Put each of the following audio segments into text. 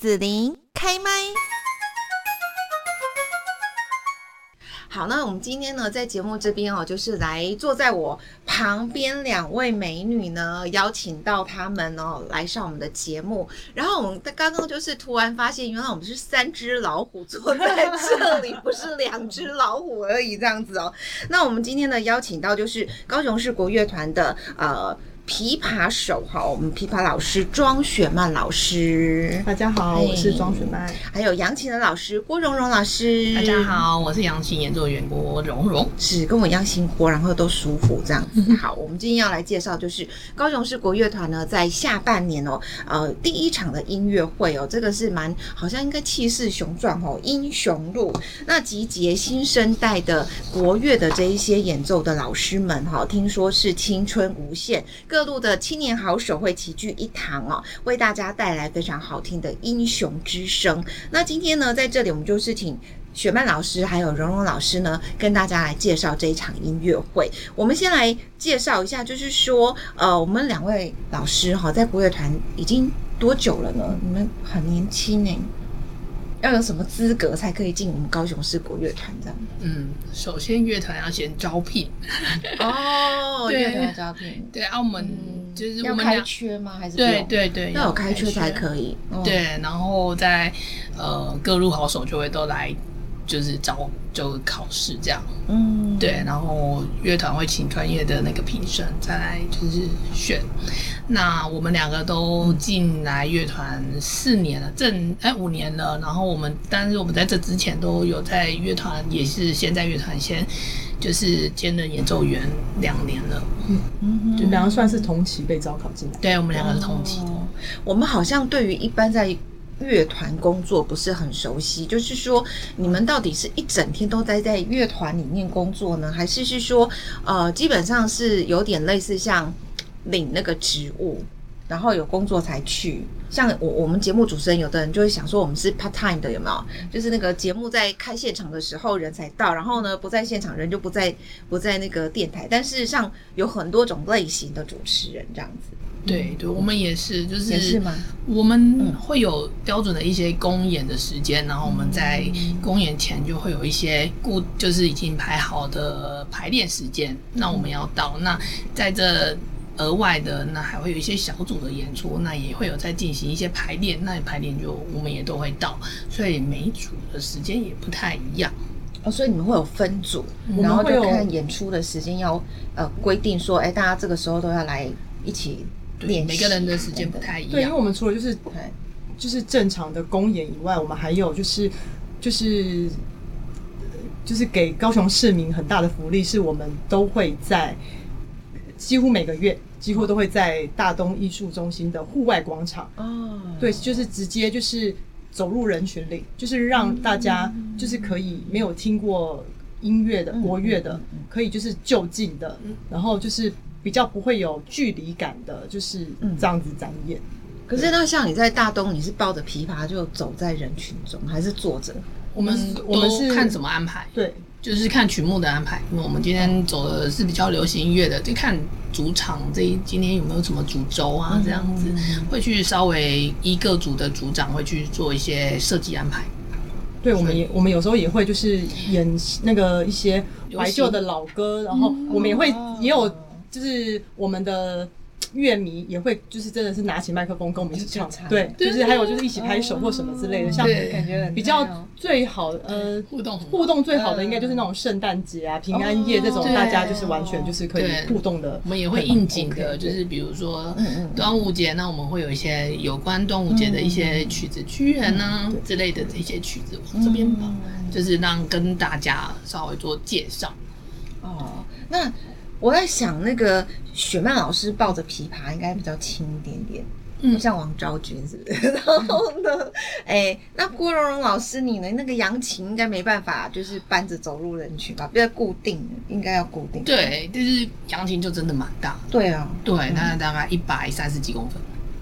紫琳开麦。好，那我们今天呢，在节目这边哦，就是来坐在我旁边两位美女呢，邀请到她们哦来上我们的节目。然后我们刚刚就是突然发现，原来我们是三只老虎坐在这里，不是两只老虎而已这样子哦。 那我们今天呢，邀请到就是高雄市国乐团的呃。琵琶手哈，我们琵琶老师庄雪曼老师，大家好，嘿我是庄雪曼。还有扬琴的老师郭蓉蓉老师，大家好，我是扬琴研究员郭蓉蓉。是跟我一样辛苦，然后都舒服这样子。好，我们今天要来介绍就是高雄市国乐团呢，在下半年哦，呃，第一场的音乐会哦，这个是蛮好像应该气势雄壮哦，英雄路那集结新生代的国乐的这一些演奏的老师们哈、哦，听说是青春无限，各路的青年好手会齐聚一堂哦，为大家带来非常好听的英雄之声。那今天呢，在这里我们就是请雪曼老师还有蓉蓉老师呢，跟大家来介绍这一场音乐会。我们先来介绍一下，就是说，呃，我们两位老师哈，在国乐团已经多久了呢？你们很年轻呢、要有什么资格才可以进我们高雄市国乐团这样？嗯，首先乐团要先招聘，哦对乐团招聘，对，澳门、嗯就是要我们开俩，缺吗？还是不用对对对，要有开缺才可以。哦以。对，然后在呃各路好手就会都来，就是招就考试这样。嗯，对，然后乐团会请专业的那个评审再来就是选。那我们两个都进来乐团四年了，正哎五年了。然后我们，但是我们在这之前都有在乐团，也是先在乐团先就是兼任演奏员两年了。嗯哼，两个算是同期被招考进来，对我们两个是同期的。哦我们好像对于一般在乐团工作不是很熟悉，就是说你们到底是一整天都待在乐团里面工作呢，还是是说呃基本上是有点类似像领那个职务，然后有工作才去？像我我们节目主持人，有的人就会想说我们是 part time 的，有没有？就是那个节目在开现场的时候人才到，然后呢不在现场人就不在不在那个电台。但事实上有很多种类型的主持人这样子，对对，我们也是，就是也是吗？我们会有标准的一些公演的时间，然后我们在嗯公演前就会有一些固，就是已经排好的排练时间，那我们要到。那在这额外的，那还会有一些小组的演出，那也会有在进行一些排练，那排练就我们也都会到，所以每一组的时间也不太一样。哦，所以你们会有分组，我然们后会就有看演出的时间要呃规定说，哎，大家这个时候都要来一起对，练习。每个人的时间不太一对，因为样。我们除了就是对就是正常的公演以外，我们还有就是就是就是给高雄市民很大的福利，是我们都会在几乎每个月几乎都会在大东艺术中心的户外广场，哦，对，就是直接就是走入人群里，就是让嗯大家就是可以没有听过音乐嗯的、国乐的，可以就是就近的，然后就是比较不会有距离感的，就是嗯这样子展演。可是那像你在大东，你是抱着琵琶就走在人群中，还是坐着？我们我们是都看怎么安排。对，就是看曲目的安排，因为我们今天走的是比较流行音乐的，就看主场这一今天有没有什么主轴嗯啊，这样子、会去稍微依各组的组长会去做一些设计安排。对，我们也我们有时候也会就是演那个一些流行嗯哦怀旧的老歌，然后我们也会也有就是我们的。乐迷也会就是真的是拿起麦克风跟我们一起唱一起唱，对，就是还有就是一起拍手或什么之类的，像哦对感觉很哦比较最好呃互动互动最好的应该就是那种圣诞节啊、平安夜这种，嗯哦对大家就是完全就是可以对互动的。我们也会应景的， OK，就是比如说嗯端午节，那我们会有一些有关端午节的一嗯些曲子屈原啊之类的这些曲子往这边跑，嗯就是让跟大家稍微做介绍。哦。那我在想，那个雪曼老师抱着琵琶应该比较轻一点点。嗯像王昭君是 不是？然后呢，哎，那郭蓉蓉老师你呢？那个扬琴应该没办法，就是搬着走入人群吧，比较固定，应该要固定。对，但是扬琴就真的蛮大的对啊，对，那大概一百三十几公分，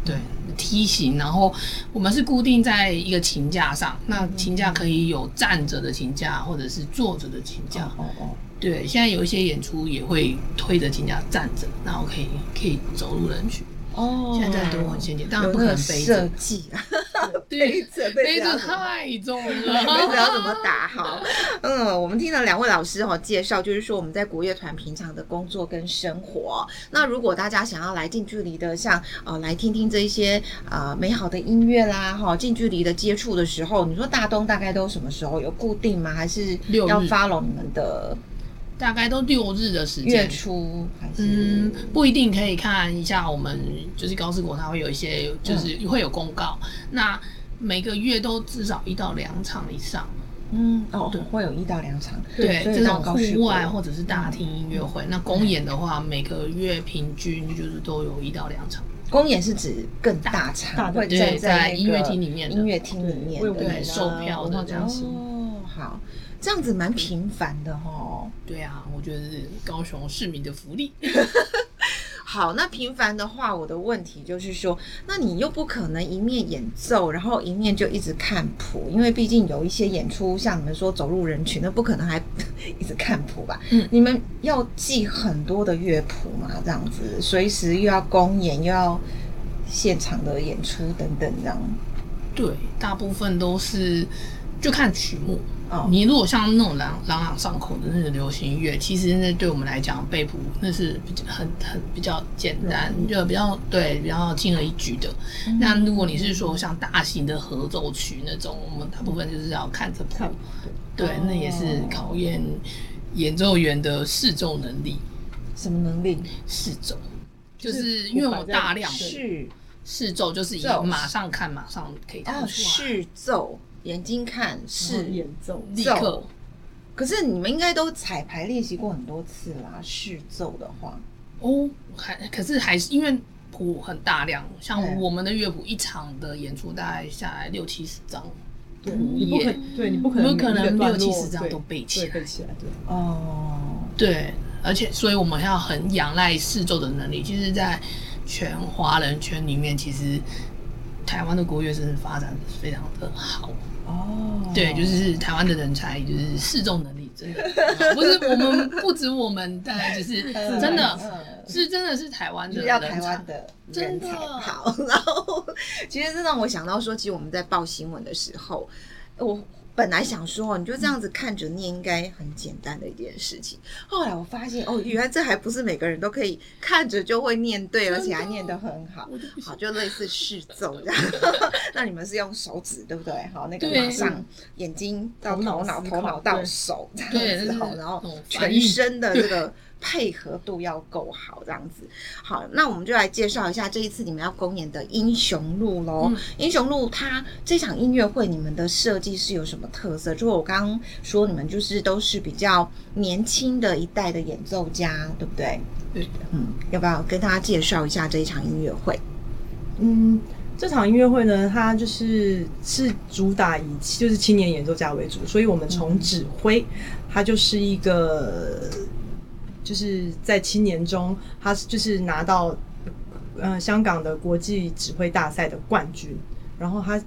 对，梯形。然后我们是固定在一个琴架上，那琴架可以有站着的琴架，或者是坐着的琴架。哦哦，对，现在有一些演出也会推着琴架站着，然后可以可以走入人群。哦现在都很先进，当然有不那可个能背设 着。计啊，杯子，杯杯子子要太重怎么杯 子要了。怎么打好？嗯，我们听了两位老师哦介绍，就是说我们在国乐团平常的工作跟生活。那如果大家想要来近距离的像，呃来听听这一些呃美好的音乐啦，哈、近距离的接触的时候，你说大东大概都什么时候有固定吗？还是六日要 follow 你们的大概都六日的时月间。初？还是、嗯，不一定可以看一下我们就是高斯国，它会有一些嗯就是会有公告。那每个月都至少一到两场以上，嗯哦对，会有一到两场，对所以这到种高士户外国嗯或者是大厅音乐会。那公演的话，每个月平均就是都有一到两场。公演是指更大场，大会对站在那音乐个厅里面的音乐厅里面为的我对们售票的这样哦，好，这样子蛮频繁的哦。对啊，我觉得是高雄市民的福利。好，那频繁的话，我的问题就是说，那你又不可能一面演奏，然后一面就一直看谱，因为毕竟有一些演出，像你们说走入人群，那不可能还一直看谱吧？嗯你们要记很多的乐谱嘛，这样子，随时又要公演，又要现场的演出等等这样。对，大部分都是就看曲目。哦，你如果像那种朗朗朗上口的那种流行音乐，其实那对我们来讲背谱那是比较很很比较简单，就比较对比较轻而易举的。那如果你是说像大型的合奏曲那种，我们大部分就是要看着谱，对，那也是考验演奏员的视奏能力。什么能力？视奏就就是是谱因为我摆在大量对的是视奏，就是以奏马上看马上可以弹哦，出来，视奏，眼睛看是视。嗯演奏，立奏刻。可是你们应该都彩排练习过很多次啦，视奏的话，哦，还可是还是因为谱很大量，像对我们的乐谱一场的演出大概下来六七十张，对，嗯你不可也对你不可有能可每一能个段六落七十张对都背起对来背。起来，对，哦，对，而且所以我们要很仰赖视奏的能力。其实，在全华人圈里面，其实台湾的国乐真是发展得非常的好。哦，对，就是台湾的人才，就是视奏能力真的很好，不是我们不止我们，大概就是 嗯真的。嗯是真的是台湾就的是人要才，台湾的人真才的好， 然后其实这让我想到说，其实我们在报新闻的时候，我本来想说，你就这样子看着念，应该很简单的一件事情。后来我发现，哦，原来这还不是每个人都可以看着就会念对，而且还念得很好。我就不好，行。就类似视奏这样。 那你们是用手指对不对？好，那个对马上眼睛到头头脑脑，思头考脑到对手这对样子，就是好，然后那种反全应身的这个配合度要够好，这样子。好，那我们就来介绍一下这一次你们要公演的《英雄路》喽。嗯英雄路》它这场音乐会，你们的设计是有什么特色？就是我刚刚说，你们就是都是比较年轻的一代的演奏家，对不对？对，嗯，要不要跟大家介绍一下这一场音乐会？嗯，这场音乐会呢，它就是是主打以就是青年演奏家为主，所以我们从指挥，它就是一个就是在青年中，他就是拿到呃香港的国际指挥大赛的冠军。然后他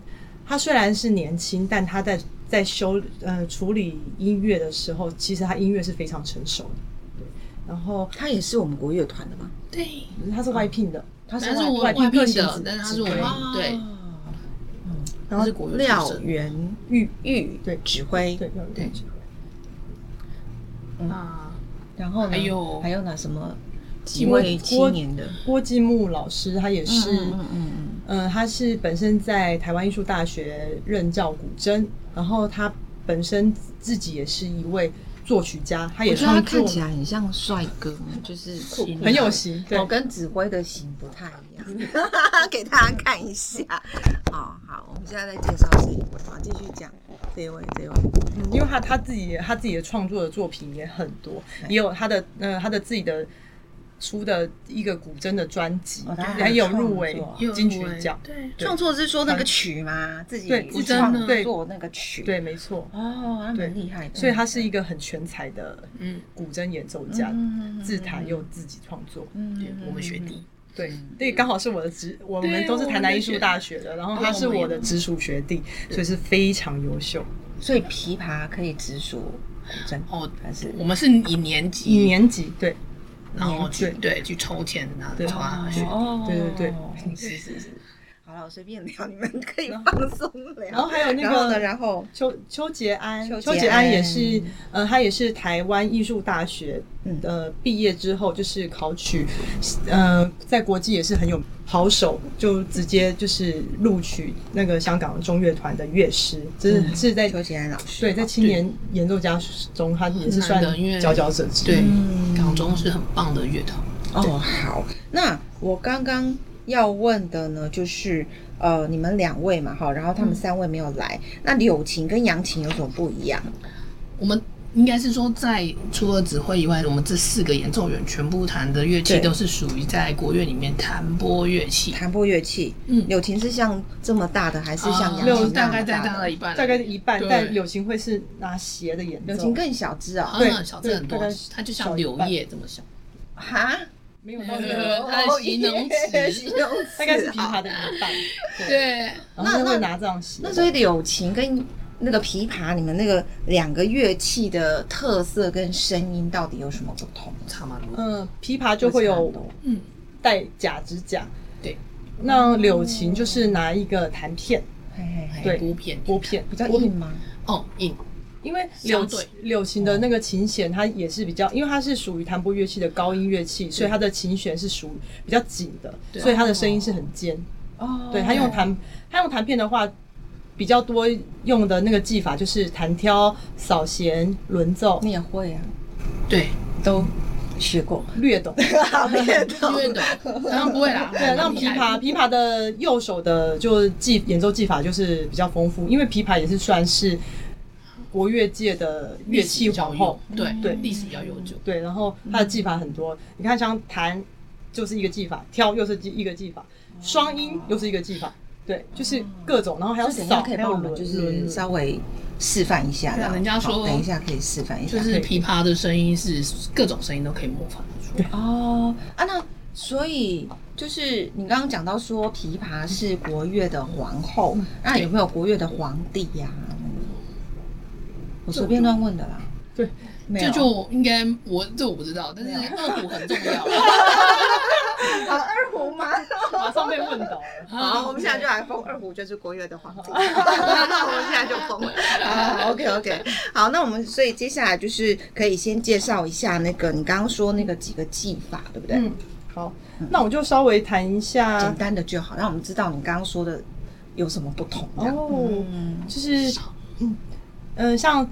他虽然是年轻，但他在在修呃处理音乐的时候，其实他音乐是非常成熟的。对，然后它也是我们国乐团的吗？对，他是外聘的，它但是我外外聘聘的指，但是他是我指挥们对，然他后是国乐出哦廖身元玉玉对指挥，对要有对指挥啊，然后呢？还有还有哪什么几几位位郭青年的？郭继木老师，他也是，嗯嗯嗯呃，他是本身在台湾艺术大学任教古筝，然后他本身自己也是一位作曲家，他嗯，也我觉得他创看作起来很像帅哥，就是很有型，对我，跟指挥的型不太一样， 给大家看一下。哦，好，我们现在在介绍这一位，好，继续讲这一位，这一位，嗯因为他他自己他自己的创作的作品也很多，对也有他的呃他的自己的出的一个古筝的专辑，哦他还还有入创围作啊又金曲奖，对，对创作是说那个曲吗？自己对自己创呢对作那个曲，，对，没错，哦，那对蛮厉害的，所以他是一个很全才的嗯，古筝演奏家，嗯自弹又自己创作，对嗯我们学弟，对，对，刚好是我的直，我对们都是台南艺我术们大学的，然后他哦是我们我的直属学弟，所以是非常优秀。所以琵琶可以直属古筝，哦，还是我们是以年一级，年级，对，然后去啊年级对去抽签，然后抽下去，哦对对对对，是是是。好了，我随便聊，你们可以放松聊。然后还有那个然后呢？然后邱邱杰安，邱邱杰杰安也安是，呃，他也是台湾艺术大学嗯呃毕业之后，就是考取，呃，在国际也是很有好手，就直接就是录取那个香港中乐团的乐师，真的是在邱吉安老师，啊对在青年演奏家中，他也是算很难得因为佼佼者之一。对嗯，港中是很棒的乐团。哦，好，那我刚刚要问的呢，就是呃，你们两位嘛，哈，然后他们三位没有来，那柳琴跟扬琴有什么不一样？我们应该是说，在除了指挥以外，我们这四个演奏员全部弹的乐器对都是属于在国乐里面弹拨乐器。弹拨乐器，嗯柳琴是像这么大的，还是像啊扬琴那大概么在大大了的？一半，大概一半对，但柳琴会是拿斜的演奏，柳琴更小只哦，对嗯，小只很多对大概，它就像柳叶这么小。哈，没有到那呃个，它的形容 词形容词啊大概是琵琶好的一半，啊对，然后那他那会拿这样斜。那所以柳琴跟那个琵琶，你们那个两个乐器的特色跟声音到底有什么不同？差蛮多。嗯，琵琶就会有嗯，带假指甲，对。那柳琴就是拿一个弹片嘿嘿嘿，对拨片拨片，比较硬吗？哦，硬因为柳相对柳琴的那个琴弦，它也是比较，因为它是属于弹拨乐器的高音乐器，所以它的琴弦是属于比较紧的，对所以它的声音是很尖。哦对，它用弹，它用弹片的话，比较多用的那个技法就是弹挑、扫弦、轮奏，你也会啊，对，都学过，略 懂。练 因为懂，当然不会啦。对，那琵琶琵琶的右手的就技演奏技法就是比较丰富，因为琵琶也是算是国乐界的乐器皇后。对嗯对历史比较悠久。对，然后它的技法很多，你看像弹就是一个技法，挑又是一个技法，哦双音又是一个技法，对，就是各种，然后还有就等一下扫，可以还帮有我们轮，就是轮稍微示范一下对的。啊人家说好等一下可以示范一下。就是琵琶的声音是各种声音都可以模仿得出来。哦啊，那所以就是你刚刚讲到说琵琶是国乐的皇后，那有没有国乐的皇帝呀、我随便乱问的啦。对，没有这。就应该我这我不知道，但是二胡很重要。 好啊二胡吗？马上被问 倒了。好，我们现在就来封二胡，就是国乐的皇帝。那我们现在就封了。好，OK OK。好，那我们所以接下来就是可以先介绍一下那个你刚刚说那个几个技法，对不对？嗯，好，那我就稍微谈一下简单的就好，让我们知道你刚刚说的有什么不同。这样哦。嗯，就是，嗯，呃，像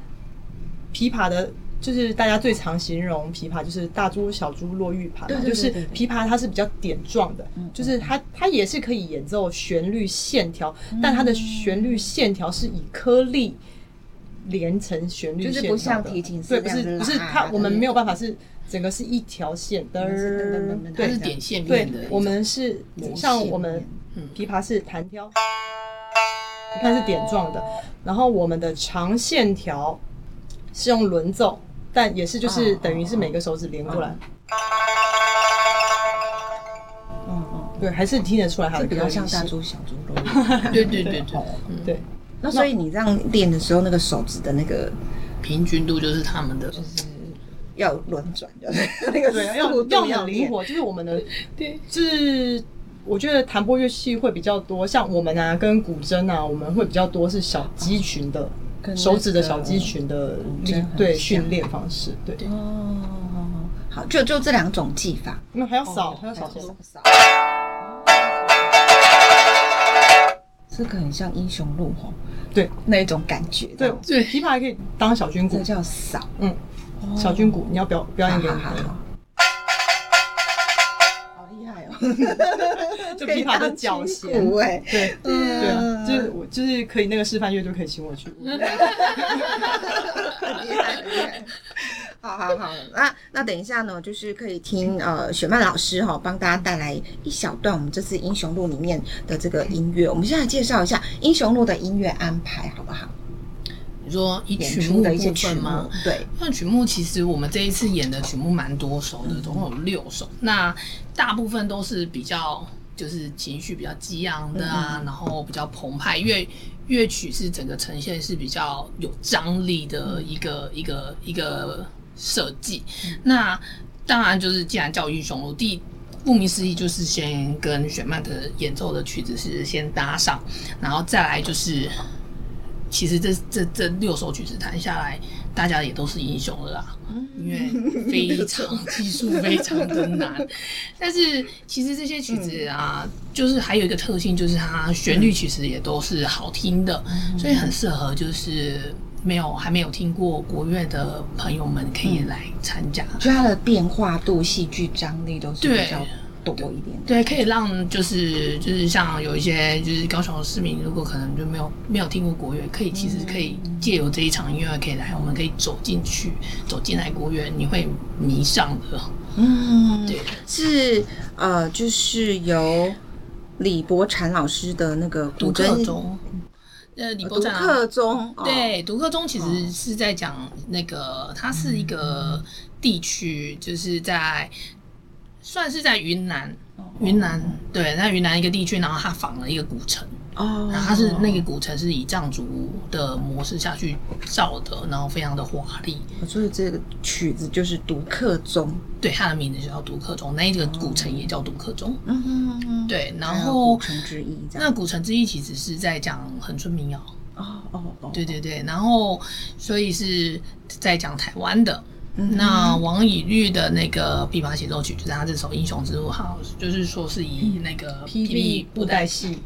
琵琶的，就是大家最常形容琵琶就是大珠、小珠落玉盘嘛，对对对就是对对琵琶它是比较点状的，嗯嗯就是它它也是可以演奏旋律线条，但它的旋律线条是以颗粒。连成旋律就线条的，是不像提琴是对，这不样子是不是拉它，的我们没有办法是整个是一条线的们是噔噔噔噔，它对是点线对面的一，种，我们是模像式我面们嗯琵琶是弹挑，你看是点状的，然后我们的长线条是用轮奏，但也是就是哦等于是每个手指连过来，嗯对，还是听得出来它嗯，的这比较像大弹珠小珠 落玉。对对对对，嗯对，那所以你这样练的时候，那个手指的那个平均度就是他们的，就是要轮转，就是 那个对，要速要度很灵练。活，就是我们的对，就是我觉得弹拨乐器会比较多，像我们啊跟古筝啊，我们会比较多是小肌群的跟。那手指的个小肌群的筝力嗯很对像训练方式，对，哦，好，就就这两种技法。那还要扫，哦还要扫弦，扫。这个很像英雄路吼，对那一种感觉。对对琵琶还可以当小军这鼓个，叫扫。嗯，哦小军鼓，你要表表演给我好好们好吗？好厉害 哦！就琵琶的脚可弦以当军鼓哎，对嗯对啊，就是我就是可以那个示范乐就可以请我去。嗯很厉害很厉害。 好好好，那那等一下呢，就是可以听呃雪曼老师哈、帮大家带来一小段我们这次英雄路里面的这个音乐。我们现在介绍一下英雄路的音乐安排好不好？你说以演曲出目的一些部曲分吗目？，对，那曲目其实我们这一次演的曲目蛮多首的，总共有六首。那大部分都是比较就是情绪比较激昂的啊，然后比较澎湃。乐乐曲是整个呈现是比较有张力的一个、一个一个设计。那当然就是既然叫英雄路，第顾名思义就是先跟雪曼的演奏的曲子是先搭上，然后再来就是，其实这这这六首曲子弹下来，大家也都是英雄了啦。因为非常技术非常的难，但是其实这些曲子啊，就是还有一个特性，就是它旋律其实也都是好听的，所以很适合就是没有还没有听过国乐的朋友们可以来参加。就它的变化度、戏剧张力都是对比较多一点的。对，可以让就是就是像有一些就是高雄市民，如果可能就没有没有听过国乐，可以其实可以嗯借由这一场音乐可以来，我们可以走进去，走进来国乐，你会迷上的。嗯，对，是呃，就是由李伯禅老师的那个古独筝克中，呃，李呃伯独展啊克中，哦，对，独克中其实是在讲那个，它是一嗯个地区，就是在算是在云南，哦云南对，在云南一个地区，然后它仿了一个古城，哦，然后它是那个古城是以藏族的模式下去造的，然后非常的华丽。哦所以这个曲子就是独克中，对，它的名字就叫独克中，那一个古城也叫独克中。嗯嗯，对，然还有后古城之一这那样，古城之一其实是在讲恒春民谣。哦哦哦，对对对，然后所以是在讲台湾的。嗯那王以律的那个琵琶协奏曲，就是他这首《英雄之路》，哈，就是说是以那个嗯霹雳布袋戏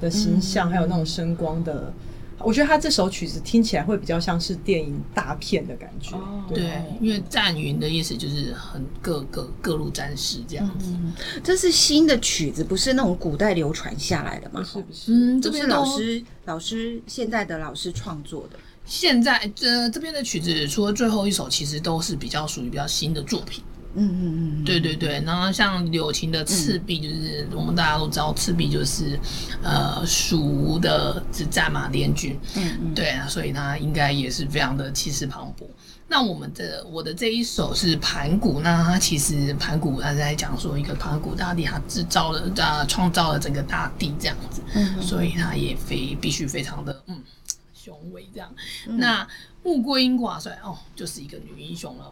的形嗯象，还有那种声光的，我觉得他这首曲子听起来会比较像是电影大片的感觉哦，对，因为战云的意思就是很各个各路战士这样子。这是新的曲子，不是那种古代流传下来的嘛？不是不是，嗯，这这是边老都师老师现在的老师创作的，现在呃这这边的曲子，除了最后一首，其实都是比较属于比较新的作品。嗯嗯嗯，对对对，然后像柳琴的赤嗯壁，就是、我们大家都知道，赤壁就是呃蜀的之战嘛，联军。嗯嗯，对啊，所以他应该也是非常的气势磅礴。那我们的我的这一首是盘古，那它其实盘古它是在讲说一个盘古大帝，他制造了啊创造了整个大地这样子，嗯所以他也非必须非常的嗯雄伟这样。嗯那穆桂英挂帅哦，就是一个女英雄了。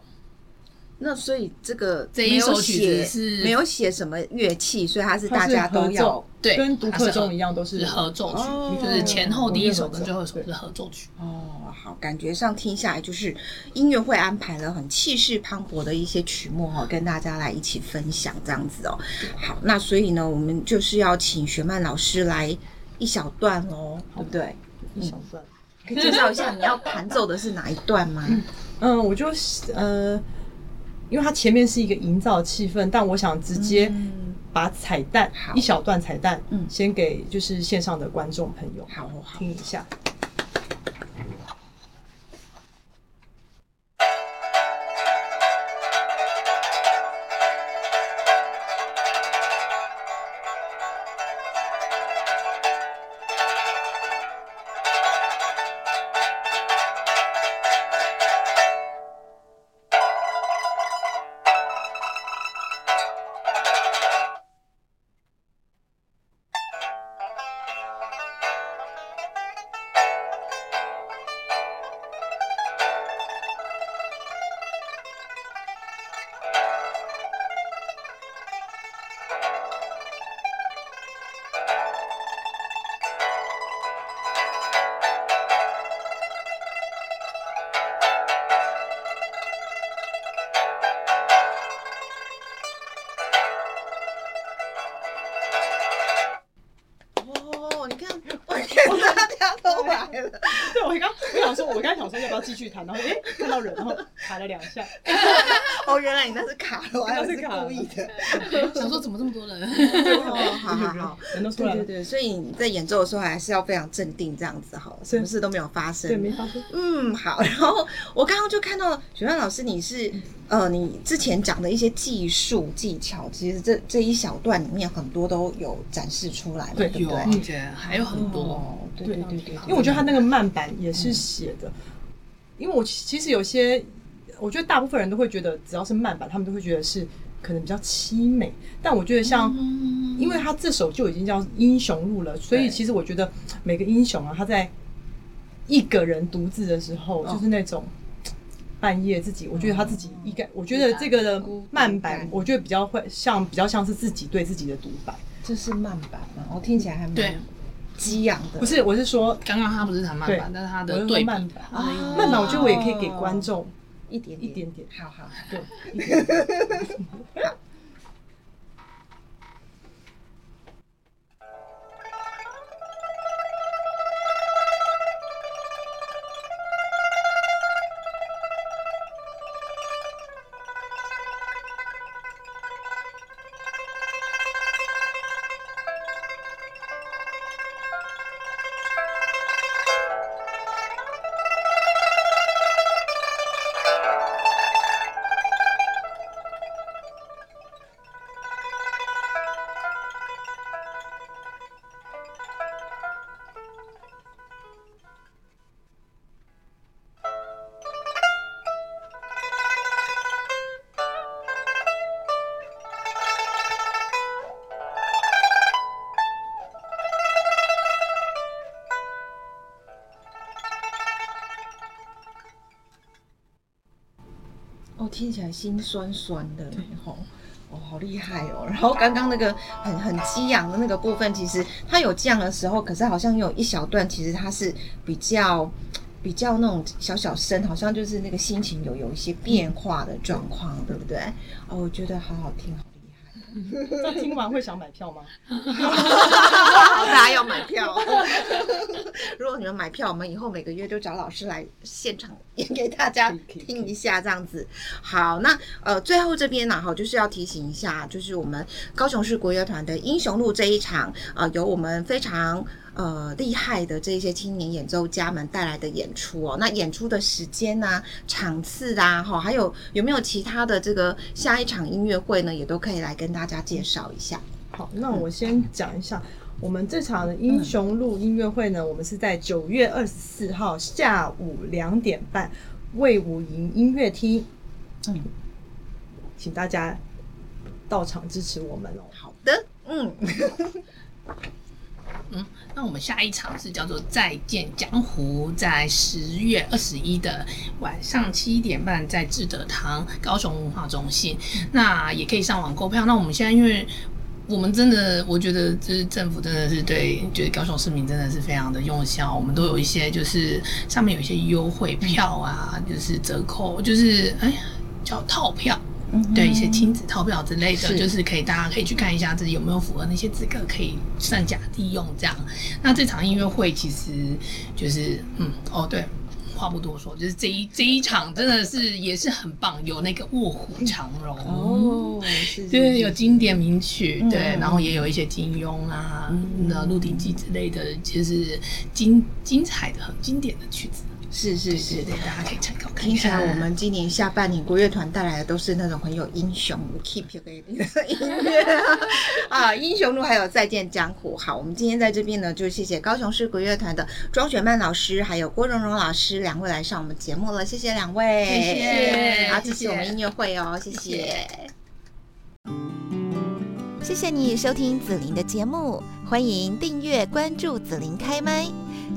那所以这个这一首曲没有写子是没有写什么乐器，所以它是它大是家合都要奏，对跟独克中一样都是是合奏曲，哦就是前后第一首合奏跟最后一首对是合奏 曲。哦。好，感觉上听下来就是音乐会安排了很气势磅礴的一些曲目哈、哦，跟大家来一起分享这样子哦。好，那所以呢，我们就是要请学曼老师来一小段哦，对不对？一小段。可以介绍一下你要弹奏的是哪一段吗？嗯，我就是呃，因为它前面是一个营造气氛，但我想直接嗯把彩蛋、好一小段彩蛋，嗯先给就是线上的观众朋友好好好，听一下。哦，你看，我天，大家都来了。对， 我刚我想说，我刚想说要不要继续弹，然后哎、看到人，然后弹了两下，哦，原来你那是卡了，我还以为那是卡了故意的。想说怎么这么多人？哦，好好好。，人都出对来对了，对，所以你在演奏的时候还是要非常镇定，这样子哈，什么事都没有发对，没生。发生。嗯，好。 然后我刚刚就看到雪曼老师，你是呃，你之前讲的一些技术技巧，其实这这一小段里面很多都有展示出来嘛， 对对不有，啊对？而且还有很多。哦，对对对对，嗯因为我觉得他那个慢板也是写的，因为我其其实有些，我觉得大部分人都会觉得，只要是慢板，他们都会觉得是可能比较凄美，但我觉得像。因为他这首就已经叫英雄路了，所以嗯对其实我觉得嗯每个英雄啊，他在一个人独自的时候，就是那种半夜自己，我觉得他自己应该，我觉得这个的孤慢孤板单，我觉得比较会像比较像是自己对自己的独白，这是慢板嘛？我听起来还对蛮激昂的。不是，我是说刚刚他不是谈慢对板，但是他我的是对说比慢板，啊慢板，我觉得我也可以给观众哦一点一点点，好好，对，哦，听起来心酸酸的，吼。哦，好厉害哦！ 然后刚刚那个很很激昂的那个部分，其实它有降的时候，可是好像有一小段，其实它是比较比较那种小小声，好像就是那个心情有有一些变化的状况，对不对？哦，我觉得好好听，好厉害。哦那听完会想买票吗？好，大家要买票。 如果你们买票，我们以后每个月就找老师来现场演给大家听一下，这样子。好，那呃，最后这边呢，哈，就是要提醒一下，就是我们高雄市国乐团的英雄路这一场，呃，有我们非常。呃，厉害的这些青年演奏家们带来的演出哦，那演出的时间呐、场次啊，哈，还有有没有其他的这个下一场音乐会呢，也都可以来跟大家介绍一下。 好，那我先讲一下。我们这场的英雄路音乐会呢，我们是在九月二十四号下午两点半，魏武营音乐厅，嗯，请大家到场支持我们哦。好的，嗯。那我们下一场是叫做《再见江湖》，在十月二十一的晚上七点半，在志德堂高雄文化中心。那也可以上网购票。那我们现在因为我们真的，我觉得就是政府真的是对，就是高雄市民真的是非常的用心啊。我们都有一些就是上面有一些优惠票啊，就是折扣，就是哎呀叫套票。对一些亲子套票之类嗯的，是就是可以大家可以去看一下自己有没有符合那些资格，可以善加利用这样。那这场音乐会其实就是嗯哦对。话不多说，就是这一这一场真的是也是很棒，有那个卧虎藏龙，哦，是对，有经典名曲，嗯对，然后也有一些金庸啊、那《鹿鼎记》之类的，就是精精彩的、很经典的曲子，是是对是对对，大家可以参考看听一起下。来我们今年下半年国乐团带来的都是那种很有英雄 keep 的音乐 啊，英雄路还有再见江湖。好，我们今天在这边呢，就谢谢高雄市国乐团的庄雪曼老师还有郭蓉蓉老师两位来上我们节目了，谢谢两位，谢谢然后支谢持谢我们音乐会哦，谢谢。谢谢谢谢你收听紫琳的节目，欢迎订阅关注紫琳开麦。